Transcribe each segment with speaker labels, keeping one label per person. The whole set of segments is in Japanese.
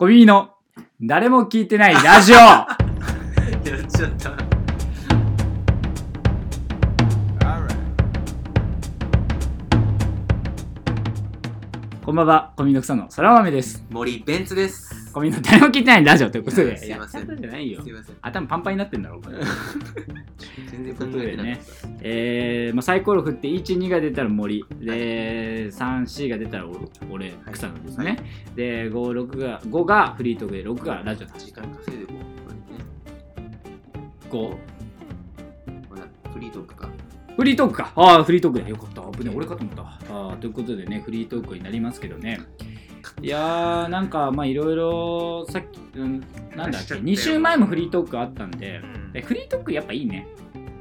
Speaker 1: 小耳の誰も聞いてないラ ジオ
Speaker 2: やっちゃった。
Speaker 1: こんばんは、小耳の草の空豆です。
Speaker 2: 森ベンツです。
Speaker 1: 小耳の誰も聞いてないラジオということ
Speaker 2: いや
Speaker 1: で、
Speaker 2: すいませ
Speaker 1: や
Speaker 2: ん
Speaker 1: っちゃったじゃないよ
Speaker 2: すい。ません。
Speaker 1: 頭パンパンになってんだろ、お前
Speaker 2: 全然考えてなかった。
Speaker 1: えー、まあ、サイコロ振って1、2が出たら森。で、3、4が出たらお俺、草なんですね。
Speaker 2: は
Speaker 1: で、5、6が、5がフリートークで、6がラジオだ。
Speaker 2: 時間稼いでこう。これね
Speaker 1: 5。
Speaker 2: ほら、フリートークか。
Speaker 1: フリートークか。ああ、フリートークだ。よかった。危ねえ、俺かと思ったわ。ああ、ということでね、フリートークになりますけどね。いやー、なんか、まあ、いろいろ、さっき、うん、なんだ
Speaker 2: 話
Speaker 1: っ
Speaker 2: しち
Speaker 1: け、
Speaker 2: ゃったよ
Speaker 1: 2週前もフリートークあったんで、で
Speaker 2: え
Speaker 1: フリートークやっぱいいね。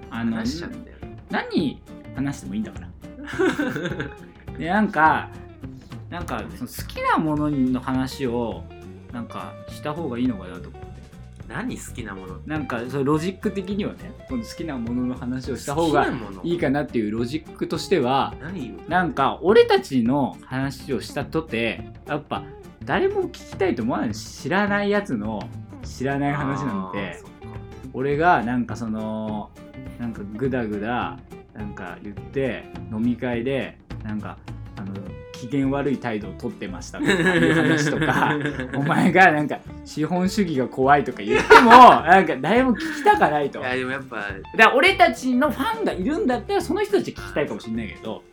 Speaker 1: あの、
Speaker 2: 話しちゃったよ。
Speaker 1: 何話してもいいんだから。 で、なんか、なんか、その好きなものの話を、なんか、した方がいいのかなと思って。
Speaker 2: 何好きなもの
Speaker 1: なんか、そのロジック的にはね、この好きなものの話をした
Speaker 2: 好
Speaker 1: 方
Speaker 2: き
Speaker 1: が
Speaker 2: なもの
Speaker 1: いいかなっていうロジックとしては、
Speaker 2: 何よ。
Speaker 1: なんか俺たちの話をしたとてやっぱ誰も聞きたいと思わない知らないやつの知らない話なん
Speaker 2: あー
Speaker 1: て
Speaker 2: そっか
Speaker 1: 俺がなんかそのなんかグダグダなんか言って飲み会でなんかあの機嫌悪い態度を取ってましたとかいう話と かお前がなんか資本主義が怖いとか言ってもなんか誰も聞きたかないと
Speaker 2: いやでもやっぱ、
Speaker 1: だから俺たちのファンがいるんだったらその人たち聞きたいかもしれないけど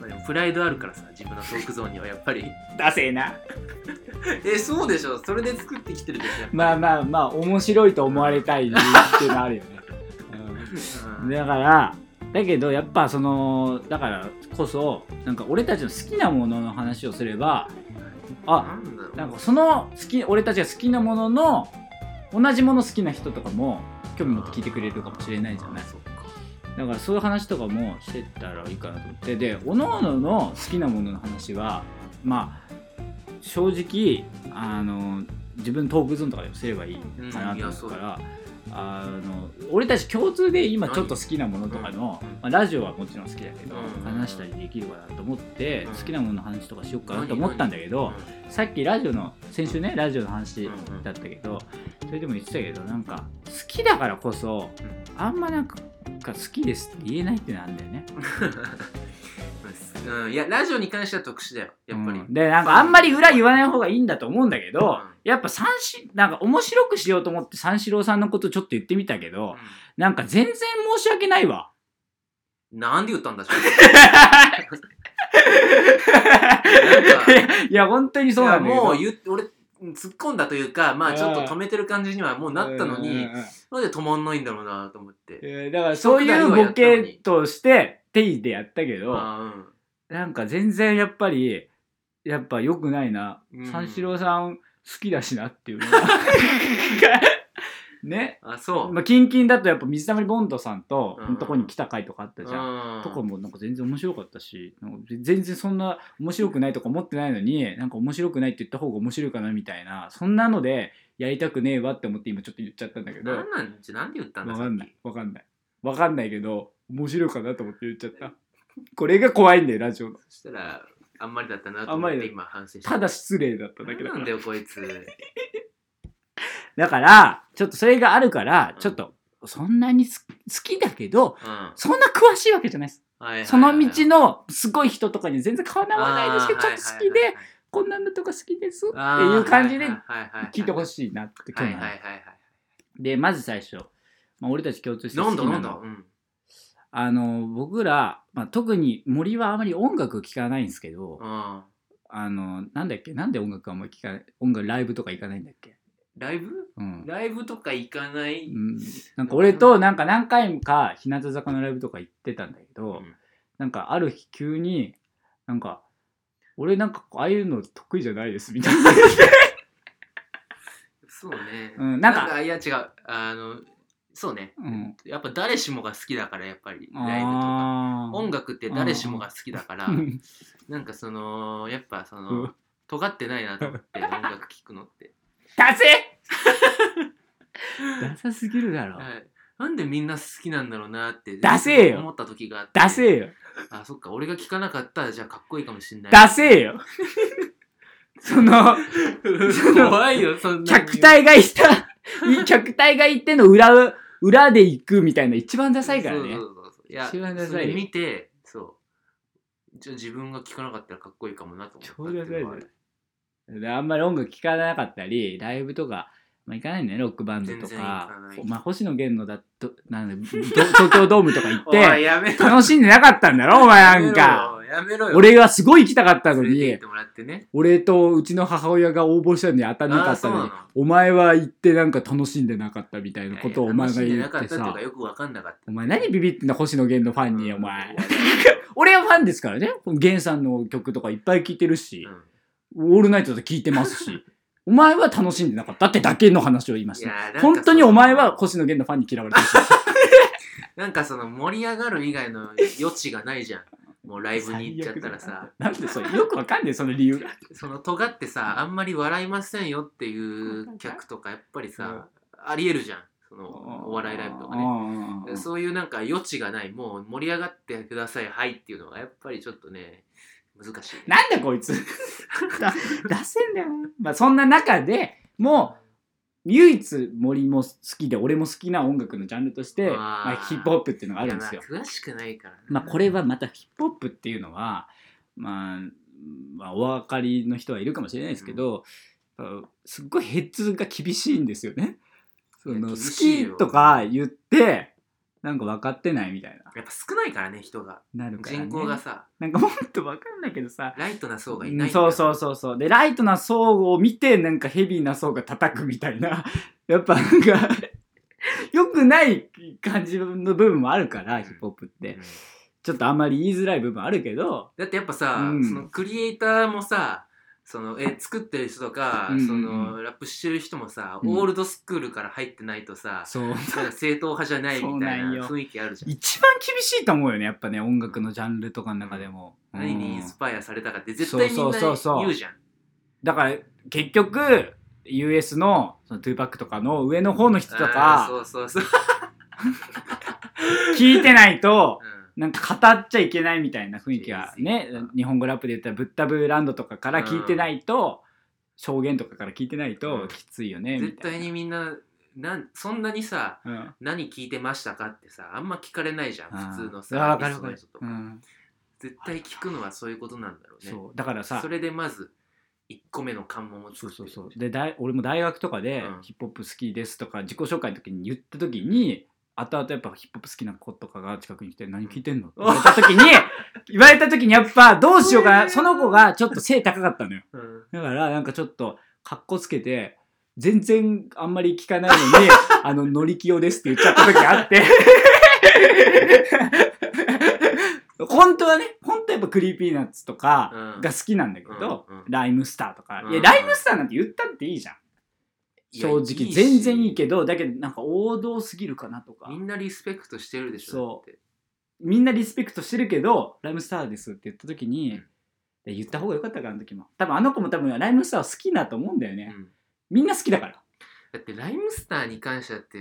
Speaker 2: まあでもプライドあるからさ自分のトークゾーンにはや っぱり
Speaker 1: ダセえな
Speaker 2: えそうでしょそれで作ってきてるでしょやっぱり
Speaker 1: まあまあまあ面白いと思われたいっていうのあるよね、
Speaker 2: う
Speaker 1: うん
Speaker 2: ん
Speaker 1: だからだけどやっぱそのだからこそなんか俺たちの好きなものの話をすればあ
Speaker 2: なんだろう
Speaker 1: なんかその好き俺たちが好きなものの同じもの好きな人とかも興味持って聞いてくれるかもしれないじゃない
Speaker 2: あーそっか
Speaker 1: だからそういう話とかもしてたらいいかなと思ってで各々の好きなものの話はまあ正直あの自分のトークゾーンとかでもすればいいかなと思うから、あの俺たち共通で今ちょっと好きなものとかの、
Speaker 2: うん
Speaker 1: まあ、ラジオはもちろん好きだけど、
Speaker 2: うん
Speaker 1: 話したりできるかなと思って、
Speaker 2: うん
Speaker 1: 好きなものの話とかしよっかなと思ったんだけど、
Speaker 2: う
Speaker 1: さっきラジオの先週ねラジオの話
Speaker 2: うんうん
Speaker 1: だったけど、それでも言ってたけどなんか好きだからこそあんまなんか好きですって言えないってなんだよね
Speaker 2: ん うんいやラジオに関しては特殊だよやっぱり、
Speaker 1: うんでなんかあんまり裏言わない方がいいんだと思うんだけど、
Speaker 2: うん
Speaker 1: やっぱ三四なんか面白くしようと思って三四郎さんのことちょっと言ってみたけど、なんか全然申し訳ないわ
Speaker 2: うんなんで言ったんだしょ
Speaker 1: いやいや本当 にそうなんだけど
Speaker 2: もう言っ俺突っ込んだというかまあちょっと止めてる感じにはもうなったの
Speaker 1: うんうん
Speaker 2: に
Speaker 1: うん
Speaker 2: なんで止まんないんだろうなと思って
Speaker 1: えーだからそういうボケとして定位でやったけど
Speaker 2: あー
Speaker 1: なんか全然やっぱりやっぱ良くないな、
Speaker 2: うん
Speaker 1: 三四郎さん好きだしなっていうのが ね
Speaker 2: うんあそう、
Speaker 1: まあキンキンだとやっぱ水溜りボンドさんと
Speaker 2: うん
Speaker 1: のとこに来た回とかあったじゃん、
Speaker 2: うん
Speaker 1: とかもなんか全然面白かったしなんか全然そんな面白くないとか思ってないのになんか面白くないって言った方が面白いかなみたいなそんなのでやりたくねえわって思って今ちょっと言っちゃったんだけど
Speaker 2: なんなんじゃなんで言ったんだ
Speaker 1: わ
Speaker 2: さっ
Speaker 1: か
Speaker 2: き
Speaker 1: んないわかんないわかんないけど面白いかなと思って言っちゃったこれが怖いんだよラジオの
Speaker 2: そしたらあんまりだったなと
Speaker 1: あん
Speaker 2: 思
Speaker 1: まり
Speaker 2: っ
Speaker 1: だ
Speaker 2: て今反省した
Speaker 1: ただ失礼だっただ
Speaker 2: 何
Speaker 1: けだか
Speaker 2: なん
Speaker 1: ら
Speaker 2: だよこいつ
Speaker 1: だからちょっとそれがあるから
Speaker 2: うん
Speaker 1: ちょっとそんなにす好きだけど
Speaker 2: うんはい
Speaker 1: そんな詳しいわけじゃないです
Speaker 2: はいはい
Speaker 1: その道のすごい人とかに全然かなわないですけど
Speaker 2: あ
Speaker 1: ちょ
Speaker 2: ー
Speaker 1: っと好き
Speaker 2: はいはいはい
Speaker 1: で
Speaker 2: はい
Speaker 1: こんなのとか好きですって
Speaker 2: あ
Speaker 1: い
Speaker 2: ー
Speaker 1: う感じで
Speaker 2: はいはいはいはい
Speaker 1: 聞いてほ
Speaker 2: い。
Speaker 1: しいなって今
Speaker 2: はい
Speaker 1: 日
Speaker 2: は
Speaker 1: の
Speaker 2: いはいは
Speaker 1: 話
Speaker 2: い。
Speaker 1: でまず最初まあ俺たち共通して好
Speaker 2: 飲ん
Speaker 1: き
Speaker 2: だ
Speaker 1: な
Speaker 2: 飲ん
Speaker 1: の
Speaker 2: だ。うん。
Speaker 1: あの僕ら、まあ、特に森はあまり音楽聴かないんですけど、
Speaker 2: うん
Speaker 1: あのなんだっけなんで音楽あんまり聴かない音楽ライブとか行かないんだっけ
Speaker 2: ライブ
Speaker 1: うん、
Speaker 2: ライブとか行かない。
Speaker 1: うん、なんか俺となんか何回か日向坂のライブとか行ってたんだけど、
Speaker 2: うん
Speaker 1: なんかある日急になんか俺なんかああいうの得意じゃないですみ たいな
Speaker 2: そうね。
Speaker 1: うんなんか
Speaker 2: いや違う。あの、そうね。
Speaker 1: うん
Speaker 2: やっぱ誰しもが好きだから、やっぱりライブとか。
Speaker 1: あー
Speaker 2: 音楽って誰しもが好きだから、
Speaker 1: うん
Speaker 2: なんかその、やっぱそうの
Speaker 1: ん、
Speaker 2: 尖ってないなと思って、音楽聴く のって。
Speaker 1: ダ セダサすぎるだろ
Speaker 2: はいなんでみんな好きなんだろうなって
Speaker 1: ダセえよ
Speaker 2: 思った時があって
Speaker 1: ダセえよ
Speaker 2: あそっか俺が聞かなかったらじゃあかっこいいかもしんない
Speaker 1: ダセえよその、
Speaker 2: 怖いよ、そんな。
Speaker 1: 客。体がいた、い客体が行ってんの裏、裏で行くみたいな一番ダサいからね
Speaker 2: そう。そうそうそういや、
Speaker 1: 一番ダサいよ
Speaker 2: それ見て、そう。じゃあ自分が聞かなかったらかっこいいかもなと思ったっていうのはある。
Speaker 1: であんまり音楽聴かなかったり、ライブとか、まあ、行かないんだよね、ロックバンドと
Speaker 2: 全然行
Speaker 1: か
Speaker 2: かない。
Speaker 1: まあ、星野源のだとなんだど 東京ドームとか行っ
Speaker 2: おい、
Speaker 1: て、
Speaker 2: やめろ。
Speaker 1: 楽しんでなかったんだろ、お前なんか。
Speaker 2: やめろよ。
Speaker 1: 俺がすごい行きたかったの
Speaker 2: 連れて行っ
Speaker 1: に
Speaker 2: て、もらってね。
Speaker 1: 俺とうちの母親が応募したのに当たんなかったのに
Speaker 2: あーそうなの、
Speaker 1: お前は行ってなんか楽しんでなかったみたいなことをお前が
Speaker 2: いやい
Speaker 1: 言
Speaker 2: や
Speaker 1: って
Speaker 2: 楽しんでなかっ
Speaker 1: さ
Speaker 2: たとか。よくわかんなかった。
Speaker 1: お前何ビビってんだ星野源のファンに、お前
Speaker 2: うん。
Speaker 1: 俺はファンですからね。源さんの曲とかいっぱい聴いてるし、オールナイトと聴いてます し、お前は楽しんでなかったってだけの話を言いまし
Speaker 2: いやなん
Speaker 1: た。
Speaker 2: か
Speaker 1: 本当にお前は星野源のファンに嫌われて る。
Speaker 2: なんかその盛り上がる以外の余地がないじゃん。もうライブに行っちゃったらさ、
Speaker 1: なんでそれ、よくわかんねえ、その理由が。
Speaker 2: その尖ってさ、あんまり笑いませんよっていう客とかやっぱりさ、ありえるじゃん。そのお笑いライブとかね。
Speaker 1: ね
Speaker 2: そういうなんか余地がない、もう盛り上がってください、はいっていうのがやっぱりちょっとね、難しい。
Speaker 1: なんだこいつだ出せんだよな。まあそんな中でもう唯一森も好きで俺も好きな音楽のジャンルとして
Speaker 2: あー
Speaker 1: まあ、ヒップホップっていうのがあるんですよ。
Speaker 2: いやまあ詳しくないからな。
Speaker 1: まあこれはまたヒップホップっていうのは、まあ、まあお分かりの人はいるかもしれないですけど、やっぱすっごいヘッズが厳しいんですよね。その
Speaker 2: いや
Speaker 1: 好
Speaker 2: 厳しいよ
Speaker 1: きとか言ってなんか分かってないみたい
Speaker 2: やっぱ少ないからね、人が。
Speaker 1: ななるから、ね、
Speaker 2: 人口がさ、
Speaker 1: なんかもっと分かんないけどさ
Speaker 2: ライトな層がいないんだ
Speaker 1: そ
Speaker 2: よ
Speaker 1: うそうそうそうでライトな層を見てなんかヘビーな層が叩くみたいな やっぱなんか良くない感じの部分もあるからヒップホップっ
Speaker 2: う
Speaker 1: て
Speaker 2: ん
Speaker 1: ちょっとあんまり言いづらい部分あるけど
Speaker 2: だってやっぱさ、
Speaker 1: うん
Speaker 2: そのクリエイターもさそのえ作ってる人とか、
Speaker 1: うんうんうん
Speaker 2: そのラップしてる人もさ、
Speaker 1: うん
Speaker 2: オールドスクールから入ってないとさ、
Speaker 1: そう
Speaker 2: なんか正統派じゃないみたい
Speaker 1: そうなん
Speaker 2: な
Speaker 1: よ
Speaker 2: 雰囲気あるじゃん。
Speaker 1: 一番厳しいと思うよねやっぱね音楽のジャンルとかの中でも、
Speaker 2: 何にイ
Speaker 1: う
Speaker 2: ン
Speaker 1: ん
Speaker 2: スパイアされたかって絶対みん
Speaker 1: そう
Speaker 2: な
Speaker 1: そうそうそう
Speaker 2: 言うじゃん。
Speaker 1: だから結局 US のその2パックとかの上の方の人と
Speaker 2: あ
Speaker 1: か
Speaker 2: ーそうそうそう。
Speaker 1: 聞いてないと
Speaker 2: うん
Speaker 1: なんか語っちゃいけないみたいな雰囲気がね
Speaker 2: うん
Speaker 1: 日本語ラップで言ったらぶったぶランドとかから聞いてないと、証言とかから聞いてないときついよねみ
Speaker 2: 絶
Speaker 1: たいな
Speaker 2: 対にみんななんそんなにさ
Speaker 1: うん
Speaker 2: 何聞いてましたかってさあんま聞かれないじゃん普
Speaker 1: う
Speaker 2: 通の
Speaker 1: んあー
Speaker 2: さ
Speaker 1: わかる
Speaker 2: アー
Speaker 1: わか
Speaker 2: ティ
Speaker 1: る
Speaker 2: ストの人と
Speaker 1: う
Speaker 2: か
Speaker 1: ん
Speaker 2: 絶対聞くのはそういうことなんだろうね。
Speaker 1: そうだからさ
Speaker 2: それでまず1個目の関門を
Speaker 1: そ
Speaker 2: 作
Speaker 1: う
Speaker 2: って
Speaker 1: そうそ
Speaker 2: る
Speaker 1: うで大俺も大学とかで
Speaker 2: うん
Speaker 1: ヒップホップ好きですとか自己紹介の時に言った時に後々やっぱヒップホップ好きな子とかが近くに来て「何聞いてんの?」って言われた時に 言われた時にやっぱどうしようかなその子がちょっと背高かったのよ
Speaker 2: うん
Speaker 1: だからなんかちょっとかっこつけて全然あんまり聞かない のに「あの乗り気よです」って言っちゃった時あって本当はね本当はやっぱクリーピーナッツとかが好きなんだけど、
Speaker 2: うんうん
Speaker 1: ライムスターとか、
Speaker 2: うん
Speaker 1: いやライムスターなんて言ったっていいじゃん
Speaker 2: いや
Speaker 1: 正直全然いいけ
Speaker 2: ど
Speaker 1: どだけどなんか王道すぎるかなとか
Speaker 2: みんなリスペクトしてるでしょ
Speaker 1: そう
Speaker 2: だって
Speaker 1: みんなリスペクトしてるけどライムスターですって言った時に、
Speaker 2: うん
Speaker 1: で言った方が良かったかなあの時も多分あの子も多分ライムスターは好きだと思うんだよね、
Speaker 2: うん
Speaker 1: みんな好きだから
Speaker 2: だってライムスターに関してだって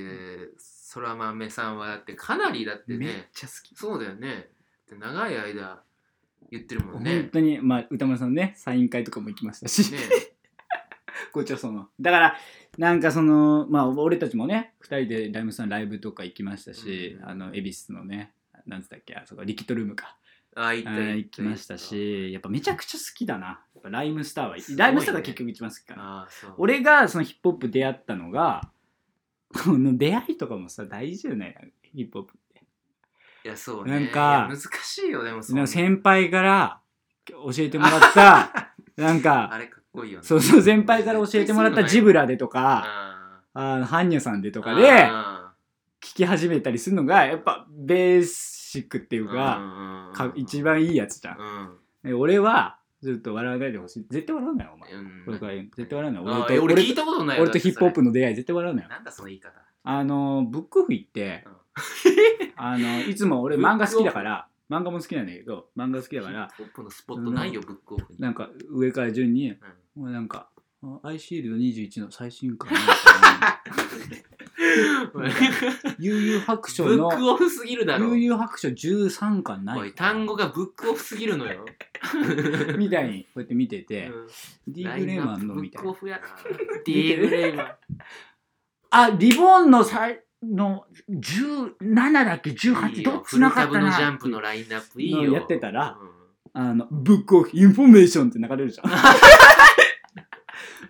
Speaker 2: そら豆さんはだってかなりだって
Speaker 1: めっ
Speaker 2: ね
Speaker 1: ちゃ好き、
Speaker 2: そうだよねだって長い間言ってるもん
Speaker 1: 本
Speaker 2: ね
Speaker 1: 当にまあ歌丸さんねサイン会とかも行きましたし、
Speaker 2: ね
Speaker 1: ごちそうさまだからなんかそのまあ俺たちもね2人でライムスターのライブとか行きましたし、
Speaker 2: うん
Speaker 1: あの恵比寿のねなんつったっけあそこリキッドルームか
Speaker 2: あ行っ
Speaker 1: あ
Speaker 2: た
Speaker 1: ー
Speaker 2: 行
Speaker 1: 行
Speaker 2: った
Speaker 1: きましたしやっぱめちゃくちゃ好きだなやっぱライムスターは、
Speaker 2: すごいね
Speaker 1: ライムスターが結局一番好きかな
Speaker 2: ああそう
Speaker 1: 俺がそのヒップホップ出会ったのがこの出会いとかもさ大事じゃないヒップホップって
Speaker 2: いやそうね
Speaker 1: なんか
Speaker 2: いや難しいよでもそん
Speaker 1: な
Speaker 2: なん
Speaker 1: か先輩から教えてもらった なん
Speaker 2: あ
Speaker 1: か
Speaker 2: れかっこいいよね
Speaker 1: そうそう先輩から教えてもらったジブラでとか
Speaker 2: あ
Speaker 1: あのハンニャさんでと
Speaker 2: ー
Speaker 1: かで
Speaker 2: あ
Speaker 1: 聞き始めたりするのがやっぱベーシックってい
Speaker 2: ー
Speaker 1: うか
Speaker 2: うんうん
Speaker 1: か一番いいやつじゃん
Speaker 2: うん
Speaker 1: で俺はずっと笑わないでほしい絶対笑うなよお前
Speaker 2: うん
Speaker 1: これから絶対笑うなよ
Speaker 2: あー
Speaker 1: 俺
Speaker 2: え
Speaker 1: と
Speaker 2: 俺
Speaker 1: 俺
Speaker 2: 聞
Speaker 1: と
Speaker 2: いたことないよ
Speaker 1: 俺とヒップホップの出会い絶対笑うなよ
Speaker 2: なんだその言い方
Speaker 1: あのブックオフ行って、
Speaker 2: うん
Speaker 1: あのいつも俺漫画好きだから漫画も好きなんだけど漫画好きだから
Speaker 2: ヒップホップのスポットないよ、ブックオフに。
Speaker 1: なんか上から順に
Speaker 2: うん
Speaker 1: もうなんか「あアイシールド21の最新刊」 悠々白
Speaker 2: ブ
Speaker 1: 書の
Speaker 2: ックオフすぎるだろ。
Speaker 1: 悠々白書13巻な
Speaker 2: お
Speaker 1: い
Speaker 2: い単語がブックオフすぎるのよ。
Speaker 1: みたいにこうやって見て
Speaker 2: う
Speaker 1: て、
Speaker 2: ん
Speaker 1: ディーグレイマンの
Speaker 2: ライ
Speaker 1: み
Speaker 2: ンナップブッ
Speaker 1: たい
Speaker 2: クオ
Speaker 1: な
Speaker 2: フやな。ディーブレイマン。
Speaker 1: あリボンの最の17だっけ18
Speaker 2: いいよ
Speaker 1: どっちなかっ
Speaker 2: フ
Speaker 1: た
Speaker 2: ル
Speaker 1: な
Speaker 2: タブのジャンプのラインナップいい
Speaker 1: の
Speaker 2: よ。
Speaker 1: やってたら
Speaker 2: うん、
Speaker 1: あのブックオフインフォメーションって流れるじゃん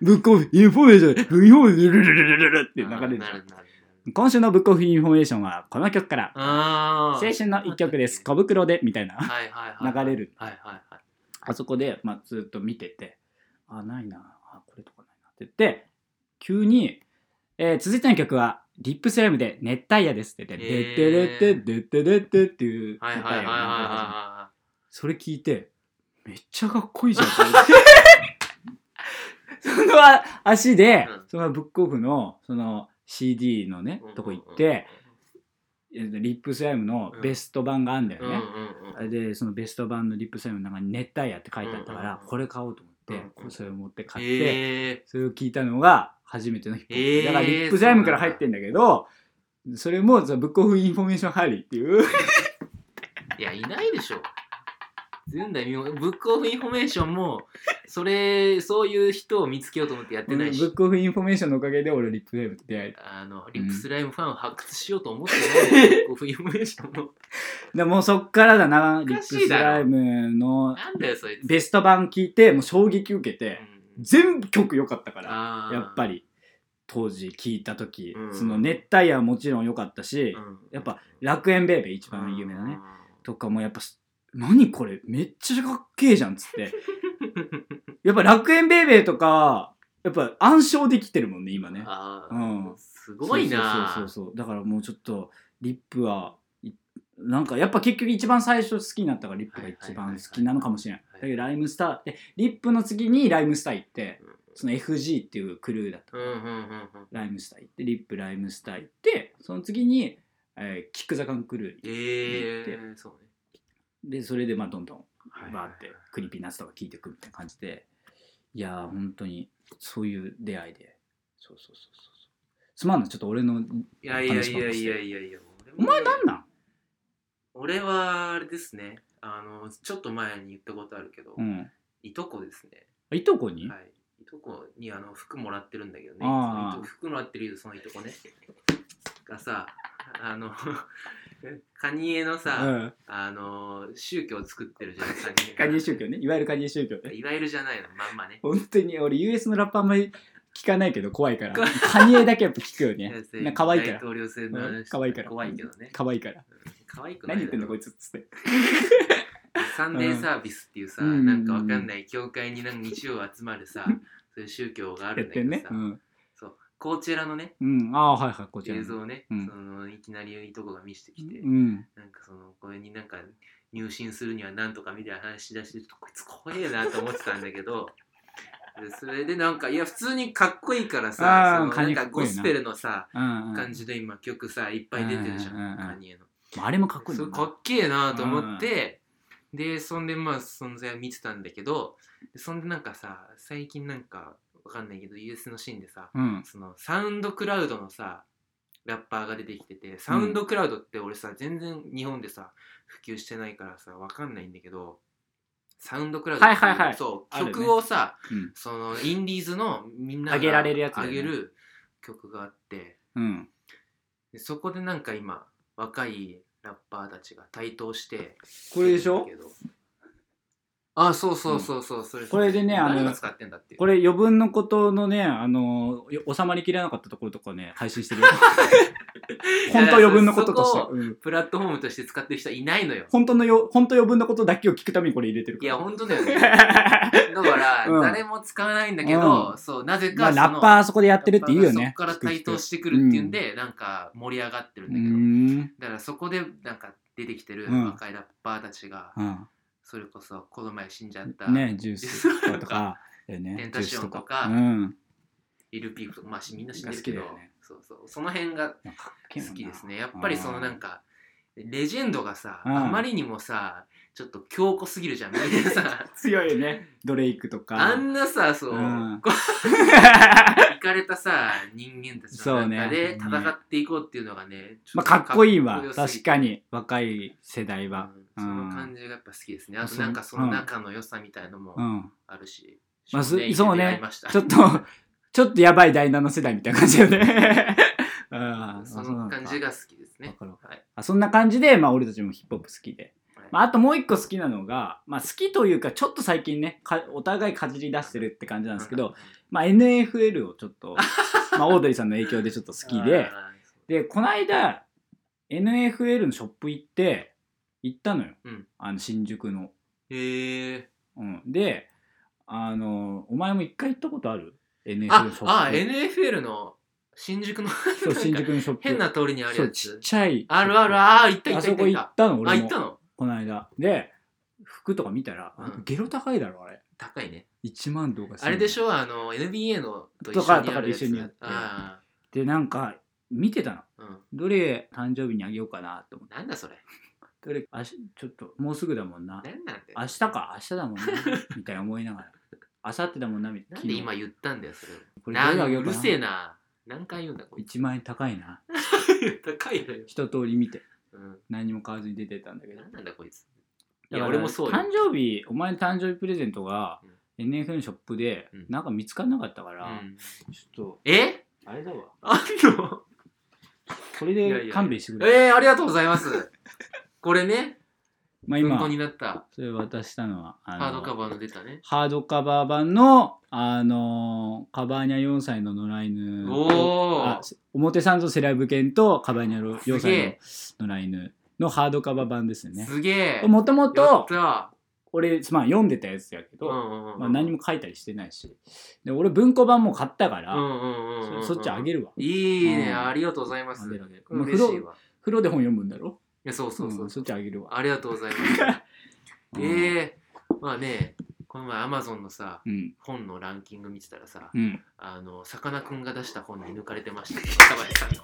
Speaker 1: ブックオフインフォメーションインフォメーションルルルルルルって流れるじ
Speaker 2: な
Speaker 1: ゃん
Speaker 2: るなる
Speaker 1: 今週のブックオフインフォメーションはこの曲から
Speaker 2: ああ。
Speaker 1: 青春の一曲です小袋でみたいな
Speaker 2: はいはいはい。
Speaker 1: 流れる。
Speaker 2: はいはいはい。
Speaker 1: あそこで、まあ、ずっと見ててあないなあこれとかないなって言って急に、えー続いての曲は「リップスライムで熱帯夜です」って言って「
Speaker 2: へ
Speaker 1: で
Speaker 2: ー
Speaker 1: ってれってでってれって」っていう
Speaker 2: はいはいはいはいはいは
Speaker 1: それ聞いてめっちゃかっこいい じゃんと思ってそのあ足で、
Speaker 2: うん
Speaker 1: そのブックオフのその CD のね
Speaker 2: いはい。
Speaker 1: とこ行って、えーリップスライムのベスト版があんだ
Speaker 2: う
Speaker 1: よ
Speaker 2: んう
Speaker 1: ね、
Speaker 2: んうん。
Speaker 1: でそのベスト版のリップスライムの中に「熱帯夜」って書いてあったから、
Speaker 2: うんうん
Speaker 1: これ買おうと思って、
Speaker 2: うんうん
Speaker 1: こうそれを持って買って、
Speaker 2: ええ。
Speaker 1: それを聞いたのが初めてのヒップホップ、
Speaker 2: えー
Speaker 1: だからリップスライムから入ってんだけどそれもそのブックオフインフォメーションハリーっていう
Speaker 2: いや、いないでしょ。全然だよブックオフインフォメーションも、それ、そういう人を見つけようと思ってやって
Speaker 1: ブ
Speaker 2: ないし
Speaker 1: ッ、クオフインフォメーションのおかげで俺リップスライムと出会えた
Speaker 2: あの、リップスライムファンを発掘しようと思ってないで、ブックオフインフォメーションも。
Speaker 1: でもうそっからだなリッ
Speaker 2: おか
Speaker 1: プ
Speaker 2: しい
Speaker 1: ス
Speaker 2: だろ
Speaker 1: ライムの
Speaker 2: なんだよ、そいつ。
Speaker 1: ベスト版聞いてもう衝撃受けて、
Speaker 2: うん
Speaker 1: 全部曲良かったから
Speaker 2: あー
Speaker 1: やっぱり当時聞いた時、
Speaker 2: うん
Speaker 1: その熱帯夜はもちろん良かったし、
Speaker 2: うん
Speaker 1: やっぱ楽園ベイベー一番有名なね、とかもやっぱす何これめっちゃかっけえじゃんっつって やっぱ楽園ベイベーとかやっぱ暗唱できてるもんね今ね
Speaker 2: あ
Speaker 1: う
Speaker 2: あ
Speaker 1: ん、
Speaker 2: すごいな
Speaker 1: そうそうそうそうだからもうちょっとリップはいなんかやっぱ結局一番最初好きになったからリップが一番好きなのかもしれない
Speaker 2: は
Speaker 1: だ
Speaker 2: いは
Speaker 1: け
Speaker 2: い
Speaker 1: どライムスターでリップの次にライムスター行って
Speaker 2: うん
Speaker 1: その FG っていうクルーだった
Speaker 2: うんうんうんうん。
Speaker 1: ライムスター行ってリップライムスター行ってその次に、えーキック・ザ・カンクルーに
Speaker 2: ええそうね。
Speaker 1: でそれでまあどんどん
Speaker 2: はい
Speaker 1: バーってクリーピーナッツとか聴いていくみたいな感じでいやー本当にそういう出会いでそうそうそうそうそうすまんなちょっと俺の
Speaker 2: いやいやいやいやいやいや。
Speaker 1: お前なんなん
Speaker 2: 俺はあれですね。あの、ちょっと前に言ったことあるけど、
Speaker 1: うん
Speaker 2: いとこですね。
Speaker 1: いとこに、
Speaker 2: はい。いとこにあの服もらってるんだけどね。
Speaker 1: あー
Speaker 2: いつもいと服もらってるよ、そのいとこね。がさ、あの、 カニエのさ、
Speaker 1: うん、
Speaker 2: あの、宗教を作ってるじ ゃん、カニエが
Speaker 1: カニエ宗教ねいわゆるカニエ宗教ね
Speaker 2: いわゆるじゃないの、まんまね。
Speaker 1: 本当に俺 US のラップあんまり聞かないけど怖いからカニエだけやっぱ聞くよねな可愛いから
Speaker 2: 大統領選の
Speaker 1: うん
Speaker 2: 話
Speaker 1: 可愛いから
Speaker 2: 怖いけどね。
Speaker 1: 可愛いから
Speaker 2: 可愛くない
Speaker 1: 何言ってんのこ
Speaker 2: だ
Speaker 1: いつっつって
Speaker 2: ろサンデーサービスっていうさ、
Speaker 1: うん
Speaker 2: なんかわかんない教会になんか日曜集まる さ、そういう宗教があ
Speaker 1: や
Speaker 2: る
Speaker 1: っ
Speaker 2: んだ
Speaker 1: て
Speaker 2: け
Speaker 1: ん
Speaker 2: ど
Speaker 1: ねう
Speaker 2: さ、
Speaker 1: ん、
Speaker 2: こちらのね、
Speaker 1: うん、ああはいはいこちら
Speaker 2: 映
Speaker 1: の
Speaker 2: 像をね、
Speaker 1: うん
Speaker 2: そのいきなりいとこが見せてきて、
Speaker 1: うん
Speaker 2: なんかそのこれになんか入信するにはなんとかみたいな話し出してちょっとこいつ怖えなと思ってたんだけど でそれでなんかいや普通にかっこいいから
Speaker 1: あー
Speaker 2: さその
Speaker 1: カニ
Speaker 2: なん
Speaker 1: エか
Speaker 2: か
Speaker 1: っこい
Speaker 2: ゴ
Speaker 1: いな
Speaker 2: スペルのさ
Speaker 1: うんうん
Speaker 2: 感じで今曲さいっぱい出てるじゃ
Speaker 1: うんうんうん
Speaker 2: ん
Speaker 1: うん
Speaker 2: カニエの。
Speaker 1: あれもかっこいい
Speaker 2: そ
Speaker 1: も
Speaker 2: れ
Speaker 1: ん
Speaker 2: か
Speaker 1: な
Speaker 2: っけえなと思って、でそんでまあ存在を見てたんだけどでそんでなんかさ最近なんかわかんないけど US のシーンでさ
Speaker 1: うん
Speaker 2: そのサウンドクラウドのさラッパーが出てきててサウンドクラウドって俺さ全然日本でさ普及してないからさわかんないんだけどサウンドクラウドってう
Speaker 1: はいはいはい
Speaker 2: そう
Speaker 1: あるね
Speaker 2: 曲をさ、
Speaker 1: うん
Speaker 2: そのインディーズのみんな
Speaker 1: 上げられるやつだよ
Speaker 2: 上
Speaker 1: ね
Speaker 2: げる曲があって
Speaker 1: うん
Speaker 2: でそこでなんか今若いラッパーたちが台頭して
Speaker 1: これでしょ
Speaker 2: あそうそうそうそう、それ
Speaker 1: これでねあの
Speaker 2: 誰が使ってんだっていう
Speaker 1: これ余分のことのね、あのよ収まりきれなかったところとかね、配信して るよ。本当余分のこととして
Speaker 2: そ。こ
Speaker 1: うん
Speaker 2: プラットフォームとして使ってる人はいないのよ
Speaker 1: 本当のよ、本当余分なことだけを聞くためにこれ入れてる
Speaker 2: い
Speaker 1: か
Speaker 2: や
Speaker 1: ら。
Speaker 2: 本当だよね だから、
Speaker 1: うん
Speaker 2: 誰も使わないんだけど、
Speaker 1: う
Speaker 2: そうなぜ
Speaker 1: ま
Speaker 2: か
Speaker 1: あ、
Speaker 2: その、
Speaker 1: ラッパーあそこでやってるっていいよね。
Speaker 2: ラッパーがそこから台頭してく
Speaker 1: 聞
Speaker 2: る
Speaker 1: く
Speaker 2: っていうんで、なんか盛り上がってる
Speaker 1: 人
Speaker 2: ん
Speaker 1: う
Speaker 2: だけど、
Speaker 1: ん。
Speaker 2: だからそこでなんか出てきてる
Speaker 1: うん
Speaker 2: 若いラッパーたちが、
Speaker 1: うん
Speaker 2: それこそこの前死んじゃった、
Speaker 1: ね、ジュースとかとか、だよね
Speaker 2: テンタションとか
Speaker 1: ジュースうん。
Speaker 2: イルピークとか、まあ、みんな死んでるけど、
Speaker 1: が好きだよね
Speaker 2: そうそうその辺が
Speaker 1: かっけえもん
Speaker 2: 好
Speaker 1: な
Speaker 2: きですねやっぱりそのなんかレジェンドがさ、
Speaker 1: うん
Speaker 2: あまりにもさちょっと強固すぎるじゃんみんな さ
Speaker 1: 強いよねドレイクとか
Speaker 2: あんなさそう、
Speaker 1: うん
Speaker 2: こういかれたさ人間たちの中で
Speaker 1: そうね
Speaker 2: 戦っていこうっていうのがね
Speaker 1: まあかっこいい
Speaker 2: ちょ
Speaker 1: わ
Speaker 2: っとよすぎ
Speaker 1: 確
Speaker 2: て
Speaker 1: かに若い世代は
Speaker 2: うんその感じがやっぱ好きですねあとなんかその仲の良さみたいのも
Speaker 1: うん
Speaker 2: あるし、
Speaker 1: まあす
Speaker 2: 少年院で
Speaker 1: そうね
Speaker 2: 出会いました
Speaker 1: ちょ っとちょっとやばい第7世代みたいな感じだよ ねうん
Speaker 2: その感じ
Speaker 1: が
Speaker 2: が好きです
Speaker 1: わ
Speaker 2: ね
Speaker 1: かるわかる
Speaker 2: はい
Speaker 1: あそんな感じで、まあ、俺たちもヒップホップ好きで、
Speaker 2: はい
Speaker 1: まあ、あともう一個好きなのが、まあ、好きというかちょっと最近ねかお互いかじり出してるって感じなんですけど、まあ、NFL をちょっとまあオードリーさんの影響でちょっと好きで
Speaker 2: あ
Speaker 1: でこの間 NFL のショップ行って行ったのよ、
Speaker 2: うん
Speaker 1: あの新宿の。
Speaker 2: ーへえ
Speaker 1: うん、であのお前も一回行ったことある ?NFL
Speaker 2: あ
Speaker 1: ショップ
Speaker 2: あ NFL の新宿の
Speaker 1: そう新
Speaker 2: なんか
Speaker 1: 宿のショップ
Speaker 2: 変な通りにある
Speaker 1: そ
Speaker 2: や
Speaker 1: うちっ
Speaker 2: つ
Speaker 1: ちゃい
Speaker 2: あるあるああ行った行
Speaker 1: あ
Speaker 2: った行
Speaker 1: そ
Speaker 2: った
Speaker 1: こ
Speaker 2: 行っ
Speaker 1: 行
Speaker 2: た
Speaker 1: ったの
Speaker 2: あ
Speaker 1: 俺
Speaker 2: 行
Speaker 1: も
Speaker 2: ったの
Speaker 1: この間で服とか見たら、
Speaker 2: うん
Speaker 1: ゲロ高いだろあれ
Speaker 2: 高いね
Speaker 1: 1万とかす
Speaker 2: あ
Speaker 1: る
Speaker 2: れでしょあの NBA のと一
Speaker 1: とか
Speaker 2: 緒にやるやつ
Speaker 1: とかと一緒にやって
Speaker 2: あ
Speaker 1: でなんか見てたの
Speaker 2: あうん
Speaker 1: どれ誕生日にあげようかなと思って
Speaker 2: なんだそれ
Speaker 1: どれあしちょっともうすぐだもんな
Speaker 2: なんなんだよ
Speaker 1: 明日か明日だもん なみたいな思いながら明後日だもんなみたいな
Speaker 2: なんで今
Speaker 1: 昨日
Speaker 2: 言ったんだよそれ
Speaker 1: これど
Speaker 2: な
Speaker 1: れ
Speaker 2: ん
Speaker 1: あげよ
Speaker 2: う
Speaker 1: うか
Speaker 2: る
Speaker 1: な
Speaker 2: せえな何回言うんだこいつ
Speaker 1: 1万円高いな
Speaker 2: 高いのよ、
Speaker 1: 一通り見て
Speaker 2: うん、
Speaker 1: 何も買わずに出てったんだけど
Speaker 2: 何なんだこいつい
Speaker 1: だ
Speaker 2: や
Speaker 1: から
Speaker 2: 俺もそうよ
Speaker 1: 誕生日お前の誕生日プレゼントが、NFL ショップで
Speaker 2: うん
Speaker 1: なんか見つからなかったから、
Speaker 2: うん
Speaker 1: ちょっ
Speaker 2: え
Speaker 1: とあれだわ
Speaker 2: あんの
Speaker 1: これ
Speaker 2: いやい
Speaker 1: で
Speaker 2: や
Speaker 1: 勘弁してくれ
Speaker 2: えー、ありがとうございます。これね、
Speaker 1: まあ
Speaker 2: 文庫
Speaker 1: 今
Speaker 2: になった
Speaker 1: それ渡したのはあの
Speaker 2: ハードカバーの出たね。
Speaker 1: ハードカバー版の、あのーカバーニャ4歳の野良犬
Speaker 2: お
Speaker 1: あ
Speaker 2: ー
Speaker 1: せ表参道セラブ犬とカバーニャ4
Speaker 2: すげえ
Speaker 1: 歳の野良犬のハードカバー版ですね。
Speaker 2: すげえ。
Speaker 1: もとも
Speaker 2: やっ
Speaker 1: と
Speaker 2: た
Speaker 1: 俺、まあ、読んでたやつやけ
Speaker 2: うん
Speaker 1: ど、
Speaker 2: うんうん
Speaker 1: まあ、何も書いたりしてないしで俺文庫版も買ったか
Speaker 2: う
Speaker 1: ら、
Speaker 2: んうんうんうんうん
Speaker 1: そそっちあげるわ。
Speaker 2: いいね、
Speaker 1: うん
Speaker 2: ありがとうございます
Speaker 1: あげるあげる。
Speaker 2: これ嬉しいわ。い
Speaker 1: 風呂で本読むんだろ
Speaker 2: や、そうそうそう。
Speaker 1: んそっちあげるわ。
Speaker 2: ありがとうございます。
Speaker 1: うん
Speaker 2: えー、まあね、この前アマゾンのさ、
Speaker 1: うん。
Speaker 2: 本のランキング見てたらさ、
Speaker 1: うん。
Speaker 2: あの、さかなクンが出した本に抜かれてました。 北林さんの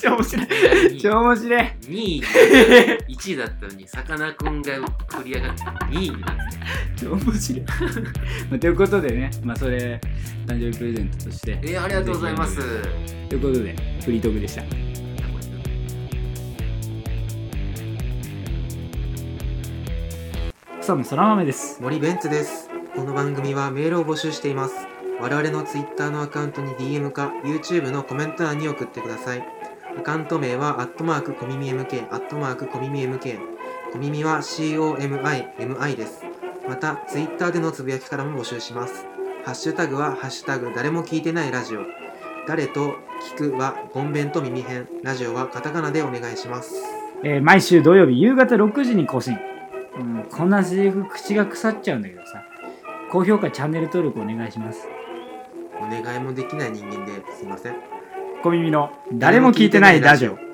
Speaker 1: 超面白い。超面白い。
Speaker 2: 2位に1位だったのにさかなクンが繰り上がって2位になって
Speaker 1: 超面 白い。まあ、ということでね、まあ、それ、誕生日プレゼントとして。
Speaker 2: えー、ありがとうございます。
Speaker 1: と いうことで、フリートークでした。草野そら豆です。
Speaker 2: 森ベンツです。この番組はメールを募集しています。我々の Twitter のアカウントに DM か YouTube のコメント欄に送ってください。アカウント名は、アットマークコミミ MK、アットマークコミミ MK。コミミは COMIMI です。また、Twitter でのつぶやきからも募集します。ハッシュタグは、ハッシュタグ、誰も聞いてないラジオ。誰と聞くは、ごんべんと耳編。ラジオはカタカナでお願いします。
Speaker 1: えー毎週土曜日夕方6時に更新。うん、こんなセリフ口が腐っちゃうんだけどさ。高評価、チャンネル登録お願いします。
Speaker 2: お願いもできない人間ですいません。
Speaker 1: 小耳の誰も聞いてないラジオ。